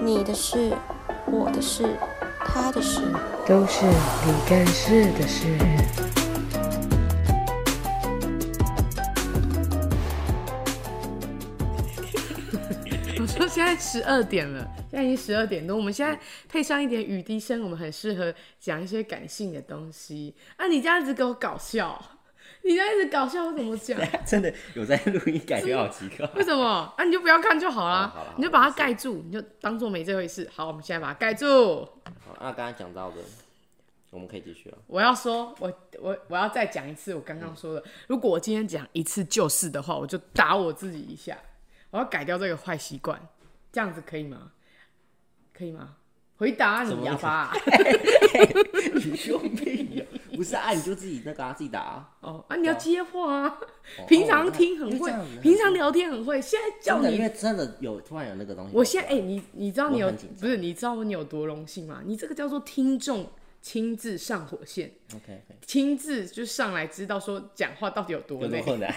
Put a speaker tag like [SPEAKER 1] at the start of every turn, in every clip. [SPEAKER 1] 你的事、我的事、他的事。
[SPEAKER 2] 都是你干事的事。
[SPEAKER 3] 我说现在十二点了，现在已经十二点多，我们现在配上一点雨滴声，我们很适合讲一些感性的东西。啊，你这样子给我搞笑， 你这样子搞笑，我怎么 讲？
[SPEAKER 4] 真的有在录音，感觉好奇怪。
[SPEAKER 3] 为什么？啊，你就不要看就好啦，
[SPEAKER 4] 好啦好啦
[SPEAKER 3] 你就把它盖住，你就当做没这回事。好，我们现在把它盖住。
[SPEAKER 4] 好，那刚刚讲到的，我们可以继续了。啊
[SPEAKER 3] 我要说，我我我要再讲一次我刚刚说的。如果我今天讲一次就是的话，我就打我自己一下。我要改掉这个坏习惯，这样子可以吗？可以吗？回答
[SPEAKER 4] 怎
[SPEAKER 3] 你
[SPEAKER 4] 么
[SPEAKER 3] 哑巴啊、
[SPEAKER 4] 你有病呀！ 不是啊，你就自己那个啊，自己打啊。
[SPEAKER 3] 哦啊，你要接话啊！
[SPEAKER 4] 哦
[SPEAKER 3] 平常听很
[SPEAKER 4] 因为
[SPEAKER 3] 会
[SPEAKER 4] 这样子，很
[SPEAKER 3] 平常聊天很会，现在叫
[SPEAKER 4] 真的，因
[SPEAKER 3] 你
[SPEAKER 4] 为，真的有突然有那个东西跑出来。
[SPEAKER 3] 我现在哎、你你知道你有
[SPEAKER 4] 我很紧张
[SPEAKER 3] 不是？你知道你有多荣幸吗？你这个叫做听众亲自上火线，
[SPEAKER 4] OK OK，
[SPEAKER 3] 亲自就上来知道说讲话到底有多
[SPEAKER 4] 有多
[SPEAKER 3] 累。
[SPEAKER 4] 困难？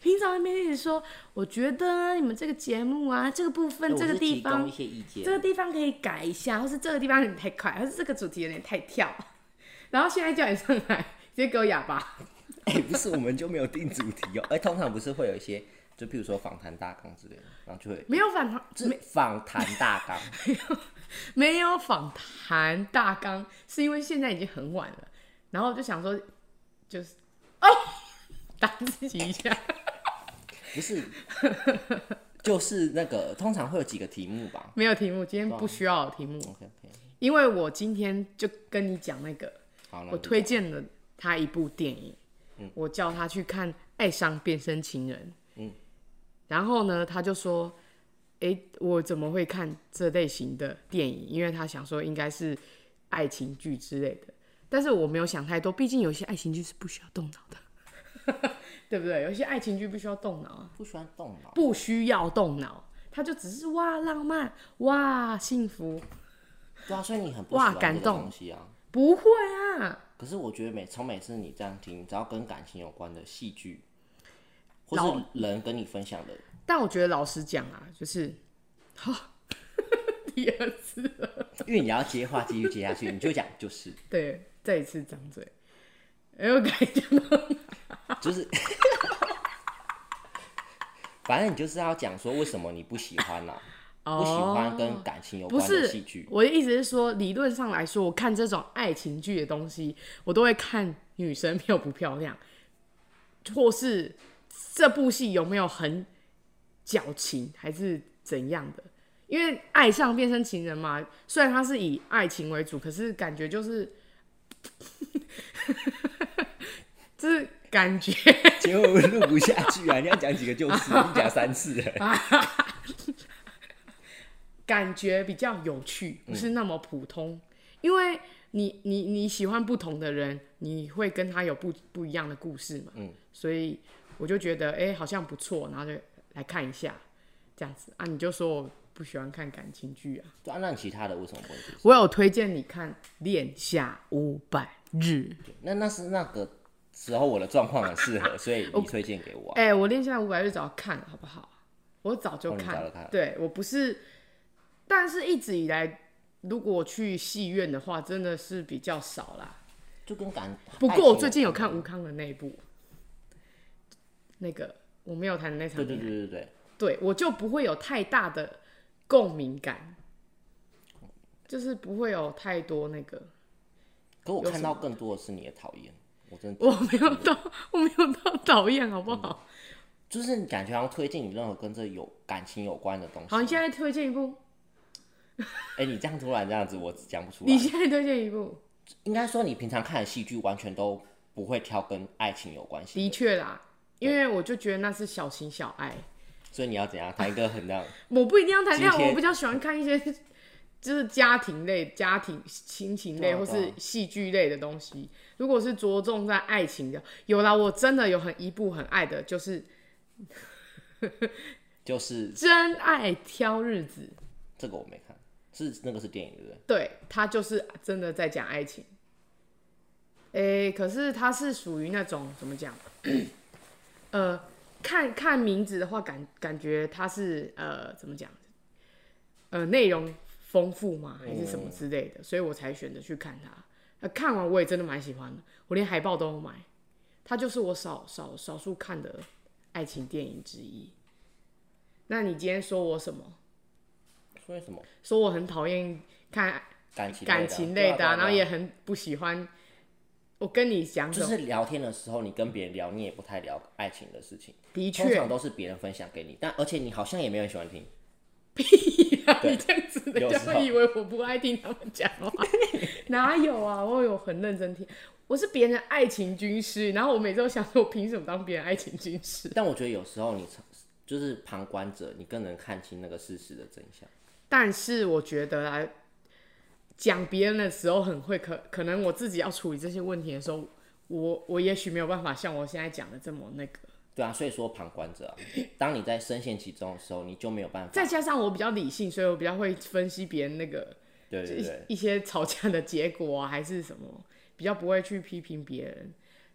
[SPEAKER 3] 平常那边一直说，我觉得啊你们这个节目啊，这个部分
[SPEAKER 4] 我
[SPEAKER 3] 这个
[SPEAKER 4] 是
[SPEAKER 3] 地
[SPEAKER 4] 提供
[SPEAKER 3] 方
[SPEAKER 4] 一，些意见
[SPEAKER 3] 这。个地方可以改一下，或是这个地方有点太快，或是这个主题有点太跳。 然后现在叫你上来，直接给我哑巴。
[SPEAKER 4] 哎，不是，我们就没有定主题哦。哎，通常不是会有一些，就譬如说访谈大纲之类的，然后就会
[SPEAKER 3] 没有反弹，
[SPEAKER 4] 就是访谈大 纲。
[SPEAKER 3] 没有访谈大纲，是因为现在已经很晚了，然后就想说，就是 哦，打自己一下。
[SPEAKER 4] 不是，就是那个通常会有几个题目吧
[SPEAKER 3] 没有题目，今天不需要有题目，
[SPEAKER 4] ？OK OK，
[SPEAKER 3] 因为我今天就跟你讲那个，
[SPEAKER 4] 好了，
[SPEAKER 3] 我推荐了他一部电影，我叫他去看《爱上变身情人》，
[SPEAKER 4] 嗯
[SPEAKER 3] 然后呢，他就说，诶，我怎么会看这类型的电影？因为他想说应该是爱情剧之类的，但是我没有想太多，毕竟有些爱情剧是不需要动脑的， 对不对？有些爱情剧不需要动脑啊，
[SPEAKER 4] 不喜欢动脑，
[SPEAKER 3] 不需要动脑，他就只是哇浪漫，哇幸福，
[SPEAKER 4] 对啊，所以你很不喜
[SPEAKER 3] 哇
[SPEAKER 4] 欢这
[SPEAKER 3] 感
[SPEAKER 4] 个
[SPEAKER 3] 动
[SPEAKER 4] 东西啊。
[SPEAKER 3] 不会啊。
[SPEAKER 4] 可是我觉得每从每次你这样听，只要跟感情有关的戏剧，或
[SPEAKER 3] 老
[SPEAKER 4] 是人跟你分享的，
[SPEAKER 3] 但我觉得老实讲啊，就是，好， 第二次了，
[SPEAKER 4] 因为你要接话继续接下去，你就讲就是
[SPEAKER 3] 对，再一次张嘴，哎，我感觉到
[SPEAKER 4] 就是，反正你就是要讲说为什么你不喜欢啦、不喜欢跟感情有
[SPEAKER 3] 哦不
[SPEAKER 4] 关的
[SPEAKER 3] 是
[SPEAKER 4] 戏剧，
[SPEAKER 3] 我的意思是说，理论上来说，我看这种爱情剧的东西，我都会看女生漂不漂亮，或是这部戏有没有很矫情，还是怎样的。因为爱上变身情人嘛，虽然它是以爱情为主，可是感觉就是， 就是感觉
[SPEAKER 4] 结果我录不下去啊！你要讲几个就是，你讲三次了。
[SPEAKER 3] 啊感觉比较有趣，不是那么普通。因为你你你喜欢不同的人，你会跟他有不不一样的故事嘛。
[SPEAKER 4] 嗯
[SPEAKER 3] 所以我就觉得哎、诶好像不错，然后就来看一下这样子啊。你就说我不喜欢看感情剧啊，
[SPEAKER 4] 对啊，那你其他的为什么不会接受？
[SPEAKER 3] 我有推荐你看《恋夏五百日》。
[SPEAKER 4] 那那是那个时候我的状况很适合，所以你推荐给我啊、
[SPEAKER 3] 哎、我《恋夏五百日》早看了好不好？我早就
[SPEAKER 4] 哦你
[SPEAKER 3] 看，
[SPEAKER 4] 早
[SPEAKER 3] 了
[SPEAKER 4] 就看了
[SPEAKER 3] 对我不是，但是一直以来，如果去戏院的话，真的是比较少啦。
[SPEAKER 4] 就跟感。
[SPEAKER 3] 不
[SPEAKER 4] 爱
[SPEAKER 3] 过
[SPEAKER 4] 情
[SPEAKER 3] 我最近有看
[SPEAKER 4] 关啊
[SPEAKER 3] 吴康的那一部，那个我没有谈的那场
[SPEAKER 4] 对对
[SPEAKER 3] 恋爱，
[SPEAKER 4] 对对对，
[SPEAKER 3] 对我就不会有太大的共鸣感，就是不会有太多那个，
[SPEAKER 4] 可我
[SPEAKER 3] 有
[SPEAKER 4] 看
[SPEAKER 3] 什
[SPEAKER 4] 到更多的是你的讨厌，我真的
[SPEAKER 3] 我没有到，我没有到导演，好不好？
[SPEAKER 4] 嗯就是你感觉好像推荐你任何跟这有感情有关的东西。
[SPEAKER 3] 好，你现在推荐一部，
[SPEAKER 4] 哎、你这样突然这样子，我讲不出来
[SPEAKER 3] 你。现在推荐一部，
[SPEAKER 4] 应该说你平常看的戏剧完全都不会挑跟爱情有关系
[SPEAKER 3] 的
[SPEAKER 4] 的，
[SPEAKER 3] 确啦，因为我就觉得那是小情小爱，
[SPEAKER 4] 所以你要怎样谈一个很那样
[SPEAKER 3] 我不一定要谈恋
[SPEAKER 4] 今天
[SPEAKER 3] 爱，我比较喜欢看一些就是家庭类、家庭亲情
[SPEAKER 4] 对
[SPEAKER 3] 类
[SPEAKER 4] 啊
[SPEAKER 3] 或
[SPEAKER 4] 对
[SPEAKER 3] 是
[SPEAKER 4] 啊
[SPEAKER 3] 戏剧类的东西。如果是着重在爱情的，有啦，我真的有很一部很爱的，就是《
[SPEAKER 4] 就是
[SPEAKER 3] 真爱挑日子》。
[SPEAKER 4] 这个我没看，是那个是电影对不对？
[SPEAKER 3] 对，它就是真的在讲爱情。诶、可是它是属于那种怎么讲？ 呃，看看名字的话，感感觉它是呃怎么讲？呃内容丰富吗，还是什么之类的，所以我才选择去看它。那看完我也真的蛮喜欢的，我连海报都有买。它就是我少少少数看的爱情电影之一。那你今天说我什么？
[SPEAKER 4] 所以什么
[SPEAKER 3] 说我很讨厌看
[SPEAKER 4] 感情
[SPEAKER 3] 感情类的、
[SPEAKER 4] 的
[SPEAKER 3] 啊，
[SPEAKER 4] 啊，对啊
[SPEAKER 3] 然后
[SPEAKER 4] 对
[SPEAKER 3] 也
[SPEAKER 4] 啊
[SPEAKER 3] 很不喜欢。我跟你讲什
[SPEAKER 4] 就
[SPEAKER 3] 么，
[SPEAKER 4] 是聊天的时候，你跟别人聊，你也不太聊爱情的事情，
[SPEAKER 3] 的
[SPEAKER 4] 通
[SPEAKER 3] 确
[SPEAKER 4] 常， 都是别人分享给你，但而且你好像也没有很喜欢听，
[SPEAKER 3] 你这样子的，人
[SPEAKER 4] 有
[SPEAKER 3] 家
[SPEAKER 4] 时候
[SPEAKER 3] 会以为我不爱听他们讲话。 哪有啊？我有很认真听，我是别人的爱情军师，然后我每次都想说，我凭什么当别人爱情军师？
[SPEAKER 4] 但我觉得有时候你就是旁观者，你更能看清那个事实的真相。
[SPEAKER 3] 但是我觉得啊，讲别人的时候很会可，可能我自己要处理这些问题的时候，我我也许没有办法像我现在讲的这么那个。
[SPEAKER 4] 对啊，所以说旁观者、啊，当你在深陷其中的时候，你就没有办法。
[SPEAKER 3] 再加上我比较理性，所以我比较会分析别人那个
[SPEAKER 4] 对对
[SPEAKER 3] 一
[SPEAKER 4] 对，
[SPEAKER 3] 一些吵架的结果啊，还是什么，比较不会去批评别人。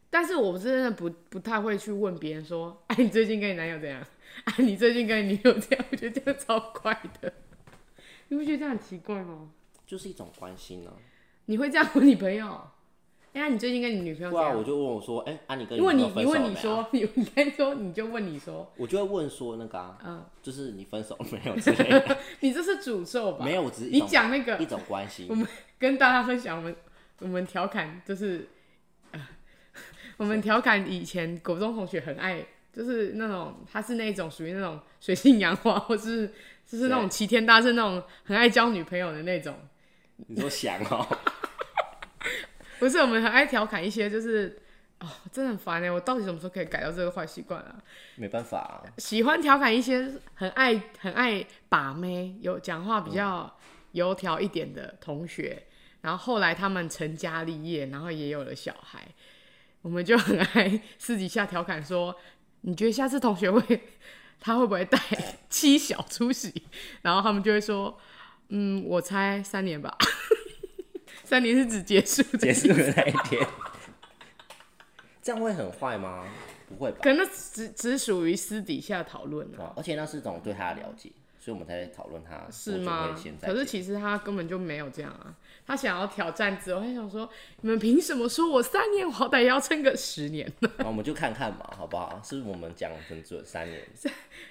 [SPEAKER 3] 但是我真的不不太会去问别人说， 哎、你最近跟你男友怎样？ 哎、你最近跟你女友怎样？我觉得这样超怪的，你不觉得这样很奇怪吗？
[SPEAKER 4] 就是一种关心呢、啊。
[SPEAKER 3] 你会这样问你朋友？哎、呀，你最近跟你女朋友怎
[SPEAKER 4] 对啊，
[SPEAKER 3] 样？
[SPEAKER 4] 我就问我说，哎、啊你跟
[SPEAKER 3] 因为
[SPEAKER 4] 女
[SPEAKER 3] 你
[SPEAKER 4] 朋
[SPEAKER 3] 你
[SPEAKER 4] 友分手了
[SPEAKER 3] 问
[SPEAKER 4] 没
[SPEAKER 3] 你
[SPEAKER 4] 啊
[SPEAKER 3] 说， 你应该说你就问你说，
[SPEAKER 4] 我就会问说那个啊，
[SPEAKER 3] 嗯
[SPEAKER 4] 就是你分手了没有之类的，
[SPEAKER 3] 你这是诅咒吧？
[SPEAKER 4] 没有，我只是一
[SPEAKER 3] 你
[SPEAKER 4] 种
[SPEAKER 3] 讲那个
[SPEAKER 4] 一种关心
[SPEAKER 3] 我。们跟大家分享，我们我们调侃就是， 呃、我们调侃以前国中同学很爱，就是那种他是那种属于那种水性杨花， 或是就是那种
[SPEAKER 4] 对
[SPEAKER 3] 齐天大圣那种很爱交女朋友的那种。
[SPEAKER 4] 你说想哦，
[SPEAKER 3] 不是，我们很爱调侃一些就是。哦，真的很烦哎！我到底什么时候可以改掉这个坏习惯啊？
[SPEAKER 4] 没办法、啊，
[SPEAKER 3] 喜欢调侃一些很爱很爱把妹，有讲话比较油条一点的同学，然后后来他们成家立业，然后也有了小孩，我们就很爱私底下调侃说，你觉得下次同学会他会不会带妻小出席？然后他们就会说，嗯，我猜三年吧，三年是指结束的
[SPEAKER 4] 结束的那一天， 这样会很坏吗？不会吧？
[SPEAKER 3] 可能那只只属于私底下讨论啊。
[SPEAKER 4] 啊而且那是一种对他的了解，所以我们才在讨论他
[SPEAKER 3] 是吗？
[SPEAKER 4] 现在
[SPEAKER 3] 可是其实他根本就没有这样啊，他想要挑战之后，他想说，你们凭什么说我三年，我好歹也要撑个十年 呢？
[SPEAKER 4] 啊，我们就看看嘛，好不好？是不是我们讲很准，三年，
[SPEAKER 3] 啊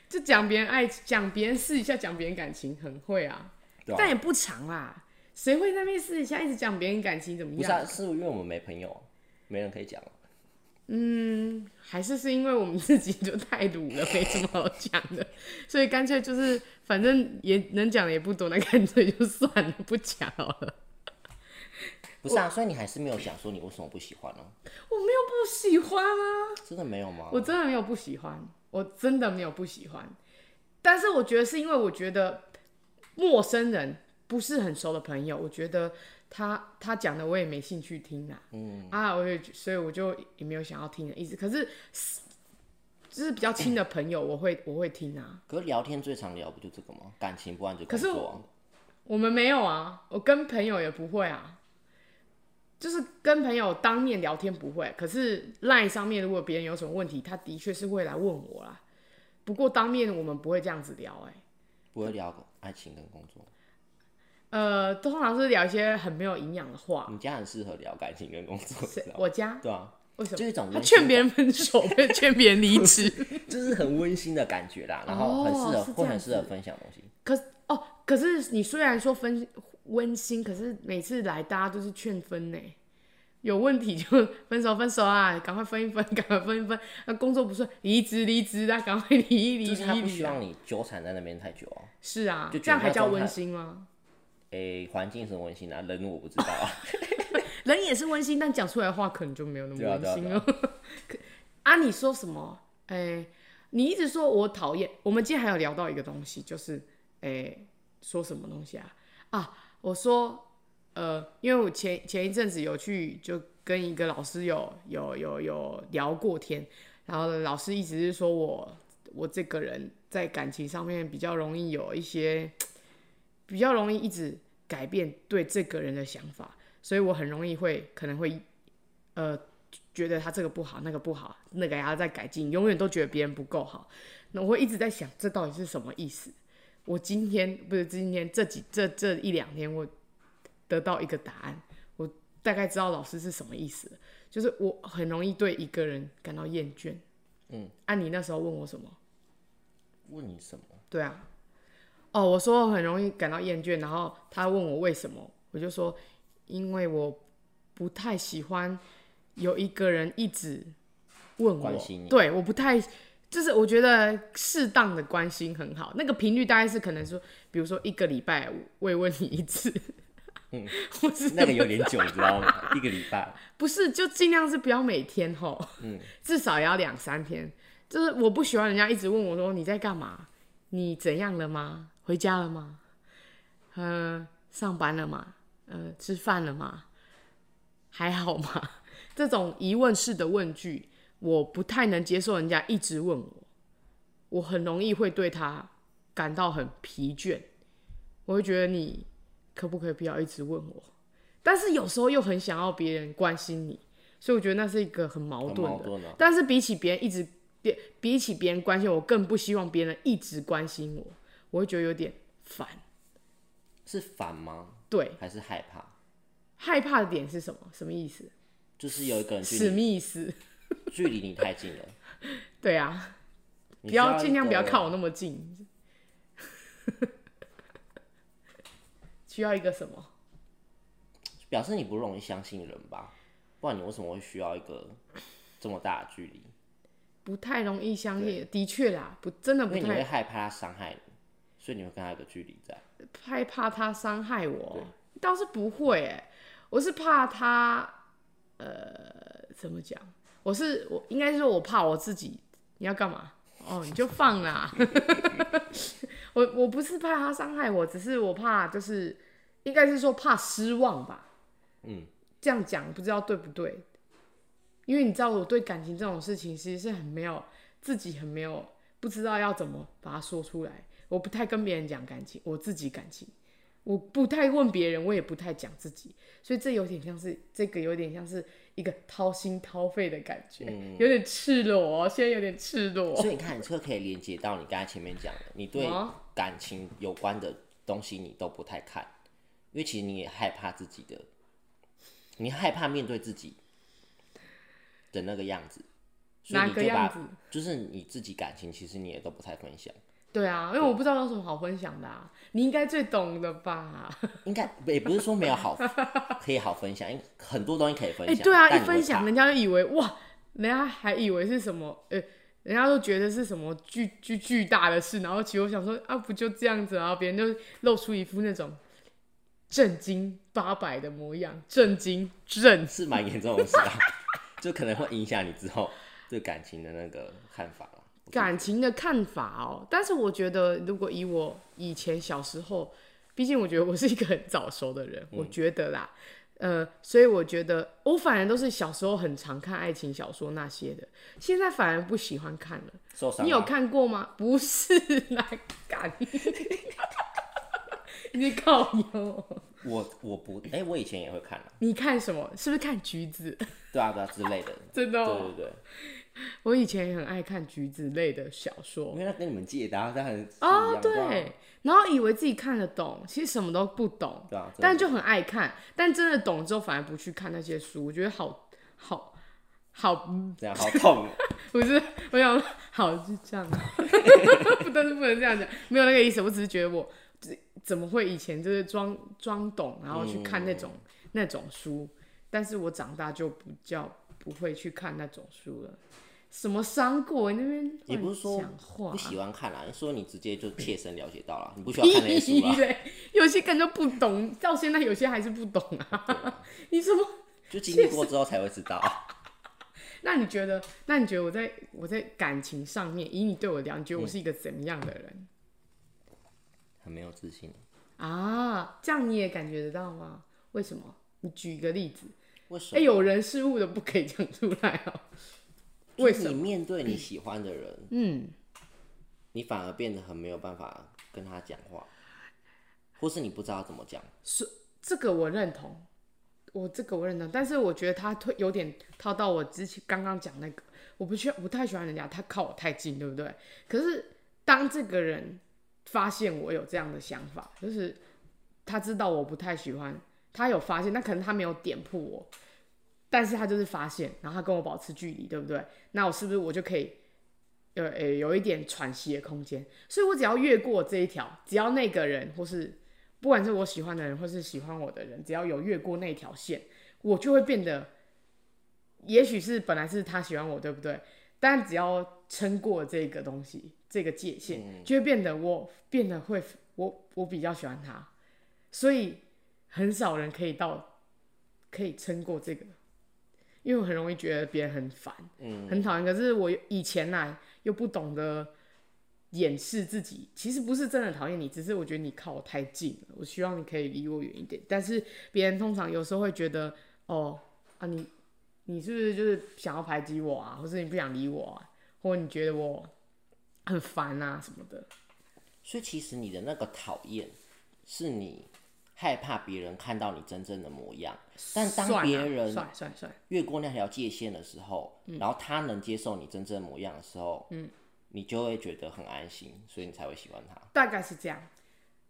[SPEAKER 3] 就讲别人爱，讲别人私底下讲别人感情很会啊，
[SPEAKER 4] 对
[SPEAKER 3] 但也
[SPEAKER 4] 吧？
[SPEAKER 3] 不长啦。谁会在那边私底下一直讲别人感情怎么
[SPEAKER 4] 不是、
[SPEAKER 3] 样？
[SPEAKER 4] 啊，是因为我们没朋友，没人可以讲。啊
[SPEAKER 3] 还是是因为我们自己就太鲁了，没什么好讲的， 所以干脆就是反正也能讲的也不多，那干脆就算了，不讲好了。
[SPEAKER 4] 不是啊，所以你还是没有讲说你为什么不喜欢呢、
[SPEAKER 3] 我没有不喜欢啊。
[SPEAKER 4] 真的没有吗？
[SPEAKER 3] 我真的没有不喜欢，我真的没有不喜欢。但是我觉得是因为我觉得陌生人不是很熟的朋友，我觉得他他讲的我也没兴趣听啊，嗯啊，我也所以我就也没有想要听的意思。可是就是比较亲的朋友，我会我会听啊。
[SPEAKER 4] 可是聊天最常聊不就这个吗？感情不然就
[SPEAKER 3] 可
[SPEAKER 4] 工
[SPEAKER 3] 是我
[SPEAKER 4] 作啊、
[SPEAKER 3] 我们没有啊，我跟朋友也不会啊，就是跟朋友当面聊天不会。可是 LINE 上面如果别人有什么问题，他的确是会来问我啦。不过当面我们不会这样子聊、欸，
[SPEAKER 4] 不会聊爱情跟工作。
[SPEAKER 3] 呃，通常是聊一些很没有营养的话。
[SPEAKER 4] 你家很适合聊感情跟工作，
[SPEAKER 3] 谁
[SPEAKER 4] 知道吗
[SPEAKER 3] 我家
[SPEAKER 4] 对嗯啊，
[SPEAKER 3] 为什么？
[SPEAKER 4] 就一种
[SPEAKER 3] 他
[SPEAKER 4] 温
[SPEAKER 3] 劝
[SPEAKER 4] 馨
[SPEAKER 3] 别人分手，被劝别人离职。
[SPEAKER 4] 就是很温馨的感觉啦，然后很适
[SPEAKER 3] 哦
[SPEAKER 4] 合，
[SPEAKER 3] 是这样子
[SPEAKER 4] 会很适合分享东西。
[SPEAKER 3] 可是哦，可是你虽然说分温馨，可是每次来大家都是劝分呢，有问题就分手分手啊，赶快分一分， 赶快分一分。那、工作不顺，离职离职啊，赶快离一离
[SPEAKER 4] 就
[SPEAKER 3] 离
[SPEAKER 4] 是他
[SPEAKER 3] 一
[SPEAKER 4] 不
[SPEAKER 3] 离
[SPEAKER 4] 希
[SPEAKER 3] 啊。
[SPEAKER 4] 望你纠缠在那边太久哦、
[SPEAKER 3] 是啊，
[SPEAKER 4] 就
[SPEAKER 3] 这样
[SPEAKER 4] 觉
[SPEAKER 3] 还
[SPEAKER 4] 得那
[SPEAKER 3] 叫
[SPEAKER 4] 状态
[SPEAKER 3] 温馨吗？
[SPEAKER 4] 诶、环境是很温馨啊，人我不知道啊。
[SPEAKER 3] 人也是温馨，但讲出来的话可能就没有那么
[SPEAKER 4] 对啊
[SPEAKER 3] 温
[SPEAKER 4] 对啊
[SPEAKER 3] 馨了。 可啊，你说什么？哎、你一直说我讨厌。我们今天还有聊到一个东西，就是哎、说什么东西啊？啊，我说呃，因为我前前一阵子有去就跟一个老师有有有有聊过天，然后老师一直是说我我这个人在感情上面比较容易有一些比较容易一直改变对这个人的想法，所以我很容易会可能会呃觉得他这个不好，那个不好，那个还要再改进，永远都觉得别人不够好。那我会一直在想，这到底是什么意思？我今天不是今天这几这这一两天，我得到一个答案，我大概知道老师是什么意思了，就是我很容易对一个人感到厌倦。
[SPEAKER 4] 嗯，
[SPEAKER 3] 啊，你那时候问我什么？
[SPEAKER 4] 问你什么？
[SPEAKER 3] 对啊，哦，我说我很容易感到厌倦，然后他问我为什么，我就说因为我不太喜欢有一个人一直问我
[SPEAKER 4] 关心，你
[SPEAKER 3] 对，我不太。就是我觉得适当的关心很好，那个频率大概是可能说，比如说一个礼拜慰问你一次， 嗯，是
[SPEAKER 4] 那个有点久，你知 道吗？一个礼拜，
[SPEAKER 3] 不是，就尽量是不要每天吼， 至少也要两三天。就是我不喜欢人家一直问我说你在干嘛，你怎样了吗？回家了吗？呃，上班了吗？呃，吃饭了吗？还好吗？ 这种疑问式的问句，我不太能接受。人家一直问我，我很容易会对他感到很疲倦。我会觉得你可不可以不要一直问我？但是有时候又很想要别人关心你，所以我觉得那是一个很矛盾
[SPEAKER 4] 很
[SPEAKER 3] 的。
[SPEAKER 4] 矛盾啊
[SPEAKER 3] 但是比起别人一直比比起别人关心我，我更不希望别人一直关心我，我会觉得有点烦。
[SPEAKER 4] 是烦吗？
[SPEAKER 3] 对，
[SPEAKER 4] 还是害怕？
[SPEAKER 3] 害怕的点是什么？什么意思？
[SPEAKER 4] 就是有一个人距
[SPEAKER 3] 史
[SPEAKER 4] 离
[SPEAKER 3] 密斯。
[SPEAKER 4] 距离你太近了，
[SPEAKER 3] 对啊，
[SPEAKER 4] 不
[SPEAKER 3] 不要尽量不要靠我那么近。 需要一个什么？
[SPEAKER 4] 表示你不容易相信人吧？不然你为什么会需要一个这么大的距离？
[SPEAKER 3] 不太容易相信，的确啦，不真的
[SPEAKER 4] 因
[SPEAKER 3] 不
[SPEAKER 4] 为你会
[SPEAKER 3] 太
[SPEAKER 4] 害怕他伤害你，所以你会跟他有个距离在。
[SPEAKER 3] 害怕他伤害我，倒是不会哎、我是怕他，呃，怎么讲？我是我应该是说我怕我自己，你要干嘛？哦，你就放啦。我我不是怕他伤害我，只是我怕就是应该是说怕失望吧。
[SPEAKER 4] 嗯，
[SPEAKER 3] 这样讲不知道对不对，因为你知道我对感情这种事情其实是很没有自己很没有不知道要怎么把它说出来。我不太跟别人讲感情，我自己感情，我不太问别人，我也不太讲自己，所以这有点像是这个有点像是一个掏心掏肺的感觉，有点赤裸、哦，现在有点赤裸。
[SPEAKER 4] 所以你看，这个可以连接到你刚才前面讲的，你对
[SPEAKER 3] 啊
[SPEAKER 4] 感情有关的东西你都不太看，因为其实你也害怕自己的，你害怕面对自己的那个样子，所以
[SPEAKER 3] 哪
[SPEAKER 4] 你
[SPEAKER 3] 个
[SPEAKER 4] 就把
[SPEAKER 3] 样子
[SPEAKER 4] 就是你自己感情，其实你也都不太分享，
[SPEAKER 3] 对啊，因为我不知道有什么好分享的、啊，你应该最懂的吧？
[SPEAKER 4] 应该也不是说没有 好可以好分享，因为很多东西可以分
[SPEAKER 3] 哎、
[SPEAKER 4] 享，
[SPEAKER 3] 对啊，
[SPEAKER 4] 但
[SPEAKER 3] 一
[SPEAKER 4] 你会
[SPEAKER 3] 分享
[SPEAKER 4] 怕
[SPEAKER 3] 人家就以为哇，人家还以为是什么，呃、人家都觉得是什么巨巨巨大的事，然后其实我想说啊，不就这样子啊，别人就露出一副那种震惊八百的模样，震惊震
[SPEAKER 4] 是蛮严重的事啊， 就可能会影响你之后对感情的那个看法啊啦。我觉得
[SPEAKER 3] 感情的看法哦。但是我觉得，如果以我以前小时候，毕竟我觉得我是一个很早熟的人，我觉得啦，呃，所以我觉得我反而都是小时候很常看爱情小说那些的，现在反而不喜欢看了。
[SPEAKER 4] 受伤
[SPEAKER 3] 你有
[SPEAKER 4] 吗
[SPEAKER 3] 看过吗？不是啦，敢。 你靠腰！
[SPEAKER 4] 我我不哎、我以前也会看啊，
[SPEAKER 3] 你看什么？是不是看橘子？
[SPEAKER 4] 对啊对啊之类的，
[SPEAKER 3] 真的、
[SPEAKER 4] 对
[SPEAKER 3] 哦
[SPEAKER 4] 对，对，
[SPEAKER 3] 我以前也很爱看橘子类的小说
[SPEAKER 4] 因。为那跟你们借的啊，但很
[SPEAKER 3] 哦，
[SPEAKER 4] 是一样的啊
[SPEAKER 3] 对，然后以为自己看得懂，其实什么都不懂，
[SPEAKER 4] 对啊真的
[SPEAKER 3] 但就很爱看，但真的懂之后反而不去看那些书，我觉得好好好，
[SPEAKER 4] 这样好痛哦，
[SPEAKER 3] 不是，我想说好就这样， 不但是不能这样讲，没有那个意思，我只是觉得我怎么会以前就是装装懂，然后去看那种、
[SPEAKER 4] 嗯
[SPEAKER 3] 那种书，但是我长大就不叫不会去看那种书了。什么伤过那边
[SPEAKER 4] 也不是说
[SPEAKER 3] 乱讲话
[SPEAKER 4] 哦 不喜欢看啦，说你直接就切身了解到了，你不需要看啊那些
[SPEAKER 3] 咦
[SPEAKER 4] 书啦，
[SPEAKER 3] 嘞，有些根本就不懂，到现在有些还是不懂啊。 你怎么？
[SPEAKER 4] 就经历过之后才会知道啊。
[SPEAKER 3] 那你觉得？那你觉得我在我在感情上面，以你对我了解，你觉得我是一个怎么样的人、
[SPEAKER 4] 很没有自信，
[SPEAKER 3] 啊？这样你也感觉得到吗？为什么？你举一个例子。
[SPEAKER 4] 为什
[SPEAKER 3] 哎、
[SPEAKER 4] 么？
[SPEAKER 3] 有人事物的不可以讲出来哦。为
[SPEAKER 4] 就是
[SPEAKER 3] 什
[SPEAKER 4] 你
[SPEAKER 3] 么？
[SPEAKER 4] 面对你喜欢的人，
[SPEAKER 3] 嗯，
[SPEAKER 4] 你反而变得很没有办法跟他讲话，或是你不知道怎么讲。
[SPEAKER 3] 这个我认同，我这个我认同，但是我觉得他推有点套到我之前刚刚讲那个，我不喜我不太喜欢人家他靠我太近，对不对？可是当这个人发现我有这样的想法，就是他知道我不太喜欢，他有发现，那可能他没有点破我，但是他就是发现，然后他跟我保持距离，对不对？那我是不是我就可以，呃，呃有一点喘息的空间？所以我只要越过这一条，只要那个人或是不管是我喜欢的人或是喜欢我的人，只要有越过那条线，我就会变得，也许是本来是他喜欢我，对不对？但只要撑过这个东西，这个界限，就会变得我变得会，我我比较喜欢他，所以很少人可以到可以撑过这个，因为我很容易觉得别人很烦，
[SPEAKER 4] 嗯
[SPEAKER 3] 很讨厌。可是我以前来又不懂得掩饰自己，其实不是真的讨厌你，只是我觉得你靠我太近了，我希望你可以离我远一点。但是别人通常有时候会觉得，哦啊你你是不是就是想要排挤我啊，或是你不想理我啊，或者你觉得我啊很烦啊什么的。
[SPEAKER 4] 所以其实你的那个讨厌，是你害怕别人看到你真正的模样，但当
[SPEAKER 3] 算
[SPEAKER 4] 别
[SPEAKER 3] 啊
[SPEAKER 4] 人
[SPEAKER 3] 算算算，
[SPEAKER 4] 越过那条界限的时候，
[SPEAKER 3] 嗯
[SPEAKER 4] 然后他能接受你真正模样的时候，嗯，你就会觉得很安心，所以你才会喜欢他，
[SPEAKER 3] 大概是这样，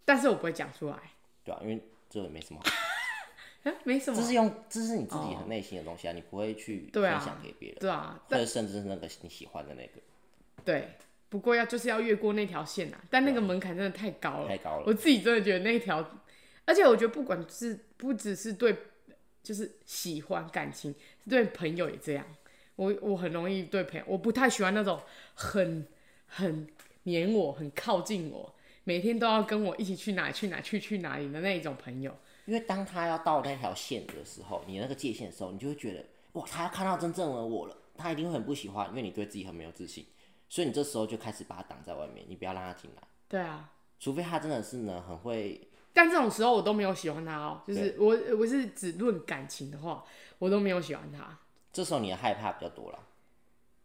[SPEAKER 3] 但是我不会讲出来，
[SPEAKER 4] 对吧、因为这也没什么好，
[SPEAKER 3] 哎，没什么
[SPEAKER 4] 这，是用这是你自己很内心的东西啊，你不会去分
[SPEAKER 3] 对啊
[SPEAKER 4] 享给别人，
[SPEAKER 3] 哦对啊，
[SPEAKER 4] 或者甚至是那个你喜欢的那个。
[SPEAKER 3] 对，不过要就是要越过那条线啊，但那个门槛真的太高了，
[SPEAKER 4] 太高了
[SPEAKER 3] 哦我自己真的觉得那条，而且我觉得不管是不只是对，就是喜欢感情，对朋友也这样。我我很容易对朋友，我不太喜欢那种很很黏我、很靠近我，每天都要跟我一起去哪里去哪里去去哪里的那一种朋友。
[SPEAKER 4] 因为当他要到那条线的时候，你那个界限的时候，你就会觉得哇，他要看到真正的我了，他一定会很不喜欢，因为你对自己很没有自信，所以你这时候就开始把他挡在外面，你不要让他进来，
[SPEAKER 3] 对啊，
[SPEAKER 4] 除非他真的是呢很会，
[SPEAKER 3] 但这种时候我都没有喜欢他哦，就是我我是只论感情的话，我都没有喜欢他。
[SPEAKER 4] 这时候你的害怕比较多了，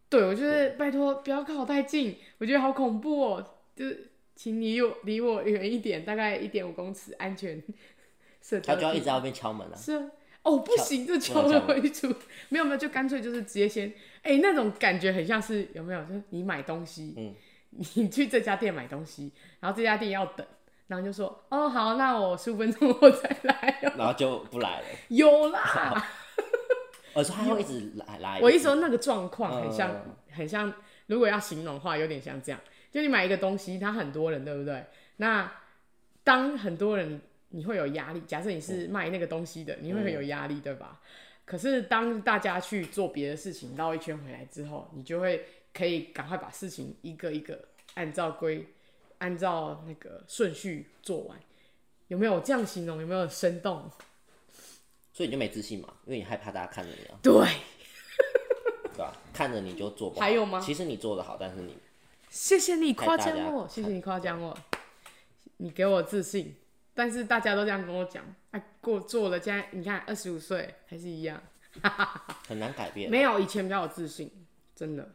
[SPEAKER 3] 对，我就是拜托不要靠我太近，我觉得好恐怖哦，就是请你我离我远一点，大概一点五公尺，安全社交
[SPEAKER 4] 他就要
[SPEAKER 3] 距离
[SPEAKER 4] 一直在外面敲门啊，
[SPEAKER 3] 是啊哦，不行，这敲
[SPEAKER 4] 敲敲
[SPEAKER 3] 了为主，没有没有，就干脆就是直接先，哎、那种感觉很像是有没有？就是你买东西，
[SPEAKER 4] 嗯，
[SPEAKER 3] 你去这家店买东西，然后这家店要等，然后就说哦好，那我十五分钟后再来哦，
[SPEAKER 4] 然后就不来了，
[SPEAKER 3] 有啦。
[SPEAKER 4] 而且他会一直来来，
[SPEAKER 3] 我一说那个状况很像，
[SPEAKER 4] 嗯
[SPEAKER 3] 很像，如果要形容的话，有点像这样。就你买一个东西，它很多人，对不对？那当很多人，你会有压力。假设你是卖那个东西的，你会很有压力，对吧？可是当大家去做别的事情，绕一圈回来之后，你就会可以赶快把事情一个一个按照规，按照那个顺序做完。有没有这样形容？有没有生动？
[SPEAKER 4] 所以你就没自信嘛，因为你害怕大家看着你啊，
[SPEAKER 3] 对，
[SPEAKER 4] 对吧？看着你就做不好，
[SPEAKER 3] 还有吗
[SPEAKER 4] 其实你做的好，但是你
[SPEAKER 3] 谢谢你夸
[SPEAKER 4] 害哎大
[SPEAKER 3] 奖
[SPEAKER 4] 家
[SPEAKER 3] 我，谢谢你夸奖我，你给我自信。但是大家都这样跟我讲，哎、过做了，现在你看二十五岁还是一样，
[SPEAKER 4] 很难改变，
[SPEAKER 3] 没有以前比较有自信，真的。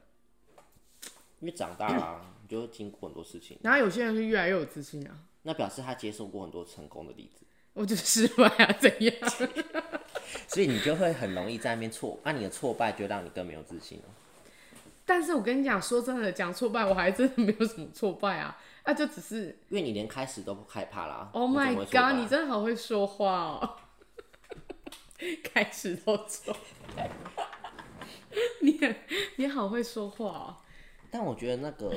[SPEAKER 4] 因为长大了、啊，你就会经过很多事情，
[SPEAKER 3] 然后有些人是越来越有自信啊，
[SPEAKER 4] 那表示他接受过很多成功的例子。
[SPEAKER 3] 我就是失败啊，怎样？
[SPEAKER 4] 所以你就会很容易在那边挫，那、你的挫败就让你更没有自信了。
[SPEAKER 3] 但是我跟你讲，说真的，讲挫败，我还真的没有什么挫败啊，那、就只是
[SPEAKER 4] 因为你连开始都不害怕啦。
[SPEAKER 3] Oh
[SPEAKER 4] 你怎
[SPEAKER 3] my
[SPEAKER 4] 么会挫败啊
[SPEAKER 3] god！你真的好会说话哦， 开始都错。 你很你好会说话哦，
[SPEAKER 4] 但我觉得那个，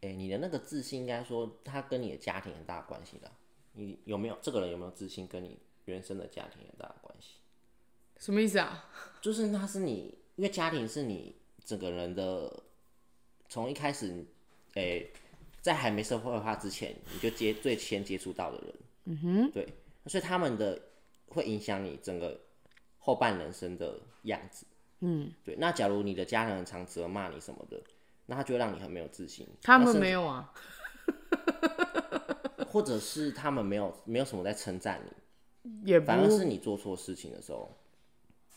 [SPEAKER 4] 哎、你的那个自信，应该说它跟你的家庭很大的关系啦。你有没有这个人有没有自信，跟你原生的家庭很大的关系。
[SPEAKER 3] 什么意思啊？
[SPEAKER 4] 就是那是你，因为家庭是你整个人的，从一开始，哎、在还没社会化之前，你就接最先接触到的人。嗯哼，对，所以他们的会影响你整个后半人生的样子。嗯，对。那假如你的家人很常责骂你什么的，那他就会让你很没有自信。
[SPEAKER 3] 他
[SPEAKER 4] 那
[SPEAKER 3] 们
[SPEAKER 4] 甚
[SPEAKER 3] 没有啊，
[SPEAKER 4] 至，或者是他们没有没有什么在称赞你，
[SPEAKER 3] 也
[SPEAKER 4] 反而
[SPEAKER 3] 不
[SPEAKER 4] 是你做错事情的时候，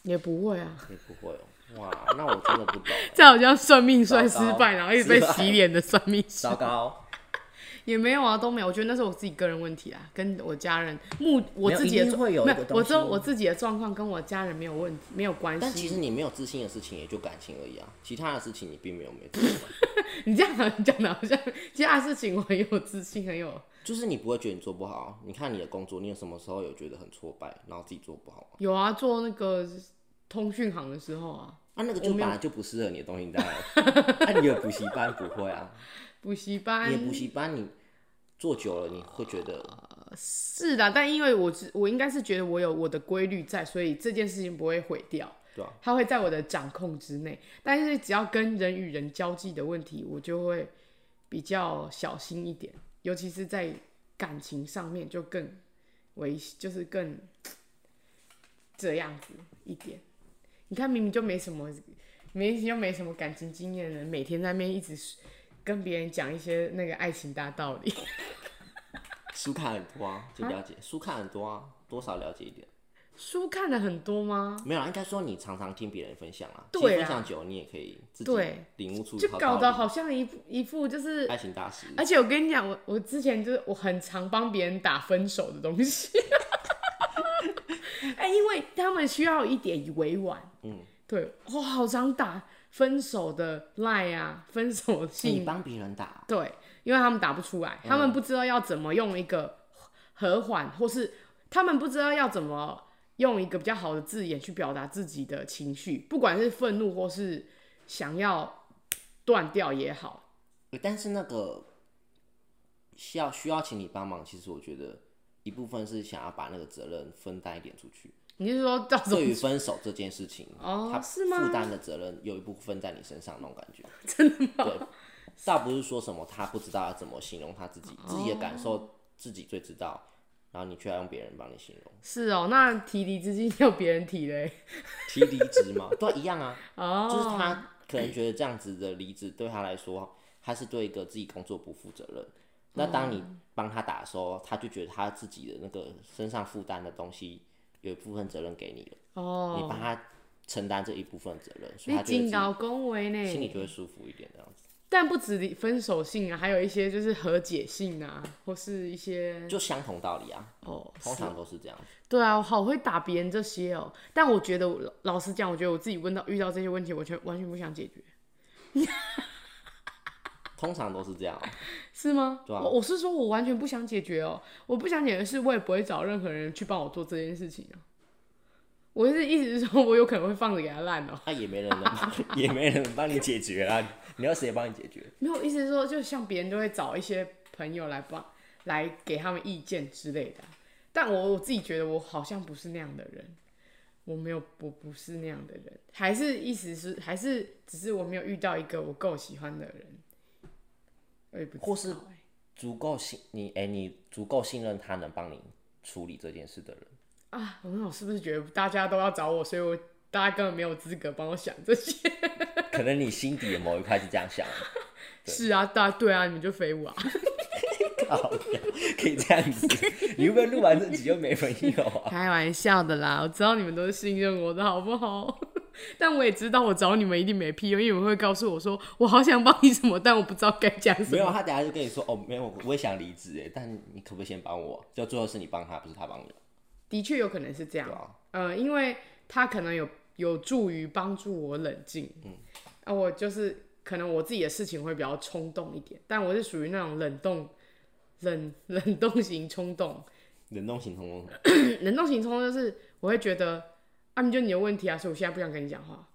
[SPEAKER 3] 也不会啊。
[SPEAKER 4] 你不会、哦。哇，那我真的不懂、
[SPEAKER 3] 这好像算命算失
[SPEAKER 4] 糟糕
[SPEAKER 3] 败，然后一直被
[SPEAKER 4] 失败
[SPEAKER 3] 洗脸的算命师
[SPEAKER 4] 糟糕。
[SPEAKER 3] 也没有啊，都没有。我觉得那是我自己个人问题啊，跟我家人目我自己
[SPEAKER 4] 一
[SPEAKER 3] 的
[SPEAKER 4] 定
[SPEAKER 3] 状
[SPEAKER 4] 会有一
[SPEAKER 3] 没
[SPEAKER 4] 个东
[SPEAKER 3] 我知道
[SPEAKER 4] 西
[SPEAKER 3] 我自己的状况跟我家人没有问题，没有关
[SPEAKER 4] 但其实
[SPEAKER 3] 系。
[SPEAKER 4] 你没有自信的事情，也就感情而已啊，其他的事情你并没有没有自信，
[SPEAKER 3] 你这样好像讲的好像其他事情我很有自信，很有
[SPEAKER 4] 就是你不会觉得你做不好啊。你看你的工作，你有什么时候有觉得很挫败，然后自己做不好吗？
[SPEAKER 3] 有啊，做那个通讯行的时候啊，
[SPEAKER 4] 啊，那个
[SPEAKER 3] 我
[SPEAKER 4] 就
[SPEAKER 3] 没
[SPEAKER 4] 本
[SPEAKER 3] 有
[SPEAKER 4] 来就不适合你的东西，你当然。啊，你有 补习班不会啊？
[SPEAKER 3] 补习
[SPEAKER 4] 你
[SPEAKER 3] 班
[SPEAKER 4] 的补习班你做久了，你会觉得
[SPEAKER 3] 是的，但因为我只我应该是觉得我有我的规律在，所以这件事情不会毁掉，
[SPEAKER 4] 对啊
[SPEAKER 3] 它会在我的掌控之内。但是只要跟人与人交际的问题，我就会比较小心一点，尤其是在感情上面就更维，就是更这样子一点。你看，明明就没什么，明明就没什么感情经验的人，每天在那边一直跟别人讲一些那个爱情大道理。
[SPEAKER 4] 书看很多啊，就了解书看很多啊，多少了解一点。
[SPEAKER 3] 书看的很多吗？
[SPEAKER 4] 没有啊，应该说你常常听别人分享啊，
[SPEAKER 3] 对
[SPEAKER 4] 其实分
[SPEAKER 3] 啦
[SPEAKER 4] 享久了，你也可以自己
[SPEAKER 3] 对
[SPEAKER 4] 领悟出
[SPEAKER 3] 就
[SPEAKER 4] 一套
[SPEAKER 3] 搞
[SPEAKER 4] 道
[SPEAKER 3] 得
[SPEAKER 4] 理
[SPEAKER 3] 好哎像一副一副就是，
[SPEAKER 4] 爱情大师。
[SPEAKER 3] 而且我跟你讲，我我之前就是我很常帮别人打分手的东西， 哎、因为他们需要一点委婉，嗯，对，我好常打分手的赖啊，分手
[SPEAKER 4] 哎你
[SPEAKER 3] 信，
[SPEAKER 4] 帮别人打，啊
[SPEAKER 3] 对，因为他们打不出来，
[SPEAKER 4] 嗯
[SPEAKER 3] 他们不知道要怎么用一个和缓，或是他们不知道要怎么用一个比较好的字眼去表达自己的情绪，不管是愤怒或是想要断掉也好。
[SPEAKER 4] 但是那个需要需要请你帮忙，其实我觉得一部分是想要把那个责任分担一点出去。
[SPEAKER 3] 你是说到时候
[SPEAKER 4] 对于分手这件事情，
[SPEAKER 3] 哦
[SPEAKER 4] 他
[SPEAKER 3] 是吗
[SPEAKER 4] 负担的责任有一部分在你身上那种感觉。
[SPEAKER 3] 真的吗？
[SPEAKER 4] 对，倒不是说什么他不知道要怎么形容他自己，自己的感
[SPEAKER 3] 哦
[SPEAKER 4] 受自己最知道，然后你却要用别人帮你形容，
[SPEAKER 3] 是哦，那提离职金要别人提嘞。
[SPEAKER 4] 提离 职嘛，都一样啊，
[SPEAKER 3] 哦，
[SPEAKER 4] 就是他可能觉得这样子的离职对他来说，他是对一个自己工作不负责任。那当你帮他打的时候，他就觉得他自己的那个身上负担的东西有一部分责任给你了，
[SPEAKER 3] 哦，
[SPEAKER 4] 你帮他承担这一部分责任，所以
[SPEAKER 3] 你
[SPEAKER 4] 他觉得
[SPEAKER 3] 真
[SPEAKER 4] 自己
[SPEAKER 3] 高恭维
[SPEAKER 4] 心里
[SPEAKER 3] 呢。
[SPEAKER 4] 就会舒服一点这样子。
[SPEAKER 3] 但不止分手信啊，还有一些就是和解信啊，或是一些
[SPEAKER 4] 就相同道理啊，
[SPEAKER 3] 哦，
[SPEAKER 4] 通常都是这样。
[SPEAKER 3] 对啊，我好会打别人这些哦。但我觉得我，老实讲，我觉得我自己问到遇到这些问题，我全完全不想解决，
[SPEAKER 4] 通常都是这样啊、
[SPEAKER 3] 是吗？
[SPEAKER 4] 对啊
[SPEAKER 3] 我我是说我完全不想解决哦。我不想解决是，我也不会找任何人去帮我做这件事情啊。我是一直说，我有可能会放着给他烂哦。
[SPEAKER 4] 那、啊也没人能帮， 也没人能帮你解决啊！你要谁帮你解决？
[SPEAKER 3] 没有，意思是说，就像别人都会找一些朋友来帮，来给他们意见之类的啊。但我我自己觉得，我好像不是那样的人，我没有，我不是那样的人，还是意思是，还是只是我没有遇到一个我够喜欢的人，我也不知道
[SPEAKER 4] 或是
[SPEAKER 3] 欸
[SPEAKER 4] 足够信你，哎、你足够信任他能帮你处理这件事的人，
[SPEAKER 3] 啊，我我是不是觉得大家都要找我，所以我大家根本没有资格帮我想这些？
[SPEAKER 4] 可能你心底的某一块是这样想的，
[SPEAKER 3] 是啊，大对啊，你们就废物啊，
[SPEAKER 4] 靠呀可以这样子，你会不会录完这集就没朋友 啊？
[SPEAKER 3] 开玩笑的啦，我知道你们都是信任我的好不好？ 但我也知道我找你们一定没屁用，因为你们会告诉我说我好想帮你什么，但我不知道该讲什
[SPEAKER 4] 没有，
[SPEAKER 3] 么。
[SPEAKER 4] 他等下就跟你说，哦，没有，我也想离职哎，但你可不可以先帮我？啊就最后是你帮他，不是他帮你，啊
[SPEAKER 3] 的确有可能是这样
[SPEAKER 4] 对，啊，
[SPEAKER 3] 呃，因为他可能有有助于帮助我冷静，嗯，啊，我就是可能我自己的事情会比较冲动一点，但我是属于那种冷冻、冷 冷冻型冲动，
[SPEAKER 4] 冷冻型通通。
[SPEAKER 3] 冷冻型冲动就是我会觉得啊，你就你的问题啊，所以我现在不想跟你讲话。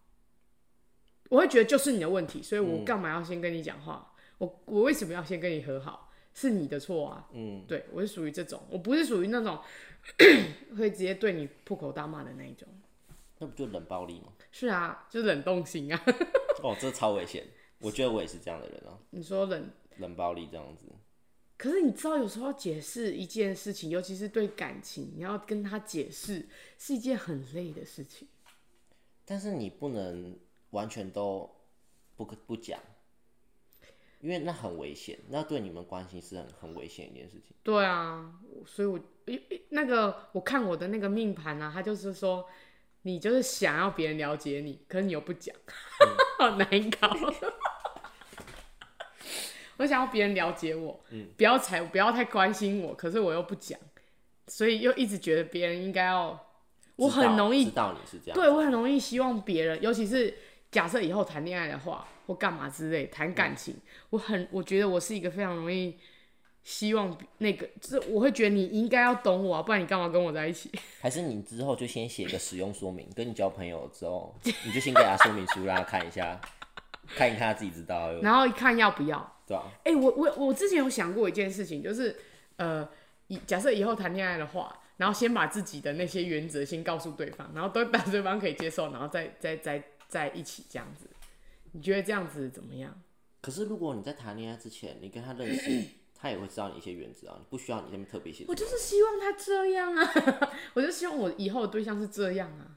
[SPEAKER 3] 我会觉得就是你的问题，所以我干嘛要先跟你讲话？我我为什么要先跟你和好？是你的错啊！
[SPEAKER 4] 嗯，
[SPEAKER 3] 对我是属于这种，我不是属于那种 会直接对你破口大骂的那一种。
[SPEAKER 4] 那不就冷暴力吗？
[SPEAKER 3] 是啊，就是冷冻型啊。
[SPEAKER 4] 哦，这超危险，我觉得我也是这样的人啊，
[SPEAKER 3] 你说冷，
[SPEAKER 4] 冷暴力这样子。
[SPEAKER 3] 可是你知道，有时候要解释一件事情，尤其是对感情，你要跟他解释，是一件很累的事情。
[SPEAKER 4] 但是你不能完全都不不讲，因为那很危险，那对你们关系是很很危险的一件事情。
[SPEAKER 3] 对啊，我所以我诶诶那个我看我的那个命盘啊，他就是说你就是想要别人了解
[SPEAKER 4] 嗯
[SPEAKER 3] 你，可是你又不讲，好难搞。我想要别人了解我，
[SPEAKER 4] 嗯
[SPEAKER 3] 不要才不要太关心我，可是我又不讲，所以又一直觉得别人应该要，我
[SPEAKER 4] 知道
[SPEAKER 3] 很容易
[SPEAKER 4] 知道你是这样，
[SPEAKER 3] 对我很容易希望别人，尤其是假设以后谈恋爱的话，或干嘛之类，
[SPEAKER 4] 嗯
[SPEAKER 3] 谈感情，我很我觉得我是一个非常容易希望那个，就是我会觉得你应该要懂我、啊，不然你干嘛跟我在一起？
[SPEAKER 4] 还是你之后就先写个使用说明，跟你交朋友之后，你就先给他说明书，让他看一下，看一看他自己知道，
[SPEAKER 3] 然后一看要不要，
[SPEAKER 4] 对吧？
[SPEAKER 3] 哎、我我我之前有想过一件事情，就是呃，以假设以后谈恋爱的话，然后先把自己的那些原则先告诉对方，然后都让对方可以接受，然后再再再再一起这样子。你觉得这样子怎么样？
[SPEAKER 4] 可是如果你在谈恋爱之前，你跟他认识，他也会知道你一些原则啊，你不需要你那边特别写出
[SPEAKER 3] 我
[SPEAKER 4] 来，
[SPEAKER 3] 就是希望他这样啊， 我就希望我以后的对象是这样啊。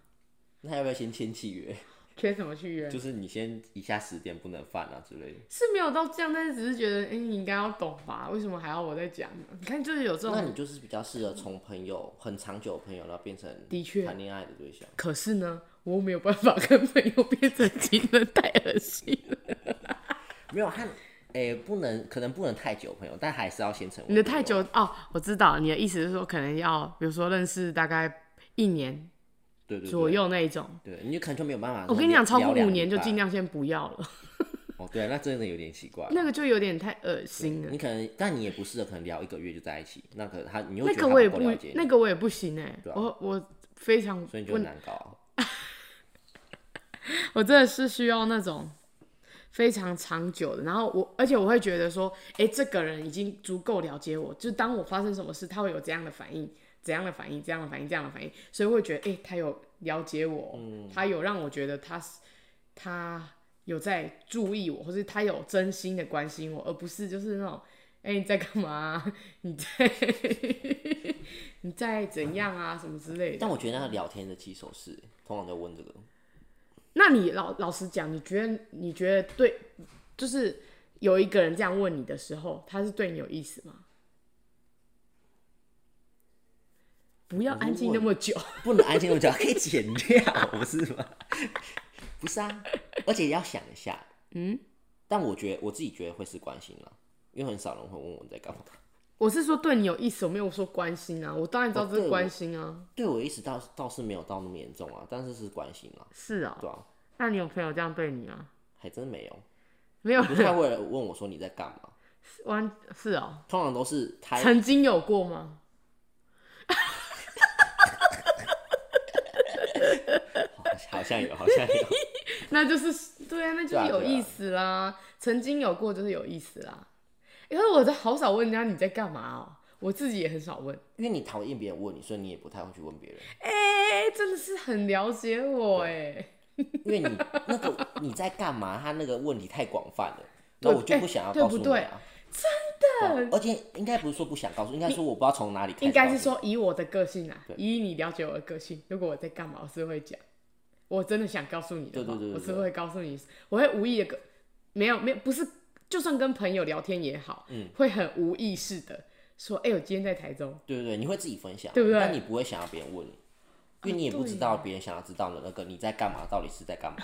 [SPEAKER 4] 那他要不要先签契约？
[SPEAKER 3] 缺什么去约？
[SPEAKER 4] 就是你先以下十点不能犯啊之类的。
[SPEAKER 3] 是没有到这样，但是只是觉得，哎、你应该要懂吧？为什么还要我在讲呢？你看，就是有这
[SPEAKER 4] 那
[SPEAKER 3] 种。
[SPEAKER 4] 你就是比较适合从朋友很长久的朋友，然后变成
[SPEAKER 3] 的确
[SPEAKER 4] 谈恋爱的对象。
[SPEAKER 3] 可是呢，我没有办法 跟朋友变成情人，太恶心了。
[SPEAKER 4] 没有他，诶、不能，可能不能太久朋友，但还是要先成为
[SPEAKER 3] 你的
[SPEAKER 4] 朋
[SPEAKER 3] 太
[SPEAKER 4] 友
[SPEAKER 3] 久哦，我知道你的意思是说，可能要比如说认识大概一年
[SPEAKER 4] 对对对
[SPEAKER 3] 左，右那一种。
[SPEAKER 4] 对，你就可能就没有办法。
[SPEAKER 3] 我跟你讲，超过
[SPEAKER 4] 聊两
[SPEAKER 3] 五
[SPEAKER 4] 个
[SPEAKER 3] 年就
[SPEAKER 4] 礼拜
[SPEAKER 3] 尽。量先不要了，
[SPEAKER 4] 哦，对、啊，那真的有点奇怪。
[SPEAKER 3] 那个就有点太恶心了
[SPEAKER 4] 你。可能，但你也不适合，可能聊一个月就在一起，那可能他你又
[SPEAKER 3] 那
[SPEAKER 4] 觉
[SPEAKER 3] 个
[SPEAKER 4] 得
[SPEAKER 3] 我也
[SPEAKER 4] 他
[SPEAKER 3] 不
[SPEAKER 4] 够了解，你，
[SPEAKER 3] 那个我也不行哎、
[SPEAKER 4] 对啊
[SPEAKER 3] 我我非常
[SPEAKER 4] 所以你就
[SPEAKER 3] 不
[SPEAKER 4] 很难搞啊。
[SPEAKER 3] 我真的是需要那种非常长久的，然后我而且我会觉得说，诶，这个人已经足够了解我，就当我发生什么事，他会有这样的反应，怎样的反应，这样的反应，这样的反应，所以会觉得，诶，他有了解我，他有让我觉得他是他有在注意我，或是他有真心的关心我，而不是就是那种，诶，你在干嘛 啊、你在你在怎样啊？什么之类的。
[SPEAKER 4] 但我觉得那个聊天的起手式，通常都问这个。
[SPEAKER 3] 那你老老实讲，你觉得你觉得对，就是有一个人这样问你的时候，他是对你有意思吗？不要安静那么久，
[SPEAKER 4] 不能安静那么久，可以剪 掉，哦不是吗？不是啊，而且要想一下，嗯。但我觉得我自己觉得会是关心啦，因为很少人会问我在干嘛。
[SPEAKER 3] 我是说对你有意思，我没有说关心啊。我当然知道这是关心啊，
[SPEAKER 4] 对我意识倒倒是没有到那么严重啊，但是是关心啊，
[SPEAKER 3] 是啊、
[SPEAKER 4] 对啊，
[SPEAKER 3] 那你有朋友这样对你吗？
[SPEAKER 4] 还真没有，
[SPEAKER 3] 没有
[SPEAKER 4] 不，太会问我说你在干嘛，
[SPEAKER 3] 完是哦、
[SPEAKER 4] 通常都是他
[SPEAKER 3] 曾经有过吗？
[SPEAKER 4] 好像有，好像有，
[SPEAKER 3] 那就是对啊，那就
[SPEAKER 4] 对啊
[SPEAKER 3] 是有
[SPEAKER 4] 对啊
[SPEAKER 3] 意思啦。曾经有过就是有意思啦。因为我在好少问人家你在干嘛哦、我自己也很少问。
[SPEAKER 4] 因为你讨厌别人问你，所以你也不太会去问别人，
[SPEAKER 3] 哎、真的是很了解我哎、
[SPEAKER 4] 因为你那个你在干嘛，他那个问题太广泛了，那我就不想要告诉
[SPEAKER 3] 哎
[SPEAKER 4] 你
[SPEAKER 3] 对
[SPEAKER 4] 啊。真的，而且应该不是说不想告诉，应该说我不知道从哪里开始。
[SPEAKER 3] 应该是，说以我的个性啊
[SPEAKER 4] 对，
[SPEAKER 3] 以你了解我的个性，如果我在干嘛，我是会讲。我真的想告诉你的话，
[SPEAKER 4] 对对对对
[SPEAKER 3] 我是
[SPEAKER 4] 对
[SPEAKER 3] 会告诉你，我会无意的跟没有没有不是，就算跟朋友聊天也好，嗯，会很无意识的说，哎、我今天在台中，
[SPEAKER 4] 对对对，你会自己分享，
[SPEAKER 3] 对不对啊
[SPEAKER 4] 但你不会想要别人问你，因为你也不知道别人想要知道的那个你在干嘛，到底是在 干嘛。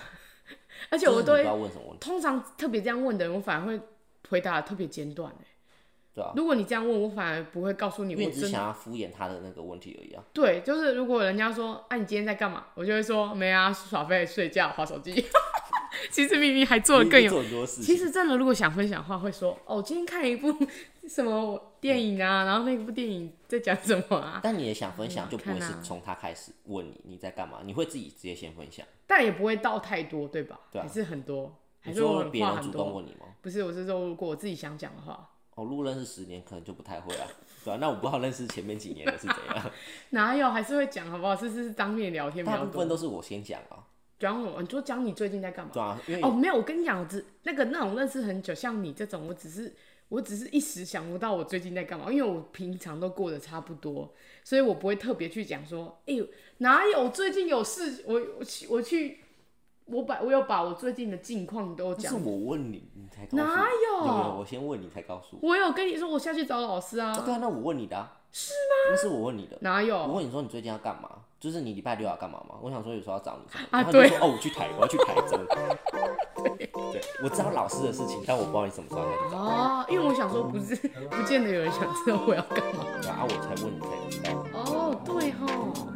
[SPEAKER 3] 而且
[SPEAKER 4] 就是
[SPEAKER 3] 我
[SPEAKER 4] 你
[SPEAKER 3] 都
[SPEAKER 4] 不
[SPEAKER 3] 会
[SPEAKER 4] 知道问什么问题，
[SPEAKER 3] 通常特别这样问的人，我反而会回答得特别简短、欸、
[SPEAKER 4] 对吧、
[SPEAKER 3] 如果你这样问，我反而不会告诉你
[SPEAKER 4] 因为
[SPEAKER 3] 我
[SPEAKER 4] 你只是
[SPEAKER 3] 真的
[SPEAKER 4] 想要敷衍他的那个问题而已啊。
[SPEAKER 3] 对，就是如果人家说啊，你今天在干嘛？我就会说没啊，耍废、睡觉、划手机。 其实明明还做 的更
[SPEAKER 4] 你
[SPEAKER 3] 有。
[SPEAKER 4] 做很多事情，
[SPEAKER 3] 其实真的，如果想分享的话，会说哦，我今天看了一部 什么电影啊，然后那部电影在讲什么啊，
[SPEAKER 4] 但你也想分享，就不会
[SPEAKER 3] 看
[SPEAKER 4] 是
[SPEAKER 3] 啊
[SPEAKER 4] 从他开始问你你在干嘛，你会自己直接先分享。
[SPEAKER 3] 但也不会到太多，对吧？
[SPEAKER 4] 对啊
[SPEAKER 3] 还是很多，还
[SPEAKER 4] 你
[SPEAKER 3] 是我
[SPEAKER 4] 说
[SPEAKER 3] 很
[SPEAKER 4] 别
[SPEAKER 3] 话
[SPEAKER 4] 人
[SPEAKER 3] 很
[SPEAKER 4] 主动
[SPEAKER 3] 多。
[SPEAKER 4] 问你吗？
[SPEAKER 3] 不是，我是说，如果我自己想讲的话，
[SPEAKER 4] 哦，路认识十年可能就不太会啊，对吧、那我不知道认识前面几年的是怎 样，
[SPEAKER 3] 哪有还是会讲，好不好？是是是当面聊天比
[SPEAKER 4] 大
[SPEAKER 3] 较
[SPEAKER 4] 部分
[SPEAKER 3] 多。
[SPEAKER 4] 都是我先讲啊，
[SPEAKER 3] 讲我，你就讲你最近在干嘛
[SPEAKER 4] 对？啊，因为
[SPEAKER 3] 哦，没有，我跟你讲，我只那个那种认识很久，像你这种，我只是我只是一时想不到我最近在干嘛，因为我平常都过得差不多，所以我不会特别去讲说，哎、呦，哪有最近有事，我我去我去，我把我有把我最近的近况都
[SPEAKER 4] 那是
[SPEAKER 3] 讲，
[SPEAKER 4] 我问你，你才告诉我
[SPEAKER 3] 哪有
[SPEAKER 4] 有有，我先问你才告诉我。
[SPEAKER 3] 我有跟你说我下去找老师
[SPEAKER 4] 啊
[SPEAKER 3] 啊，
[SPEAKER 4] 对啊，那我问你的、啊，是吗？那是我问你的。
[SPEAKER 3] 哪
[SPEAKER 4] 我
[SPEAKER 3] 有？
[SPEAKER 4] 问你说你最近要干嘛？就是你礼拜六要干嘛吗？我想说有时候要找你什么，
[SPEAKER 3] 啊
[SPEAKER 4] 然后你就
[SPEAKER 3] 对
[SPEAKER 4] 说哦，我去台，我要去台中，对，我知道老师的事情，但我不知道你什么时候要去找
[SPEAKER 3] 哦，因为我想说不
[SPEAKER 4] 嗯
[SPEAKER 3] 是，不见得有人想知道我要干嘛。
[SPEAKER 4] 啊他。然后我才问你才知道。
[SPEAKER 3] 哦，对吼，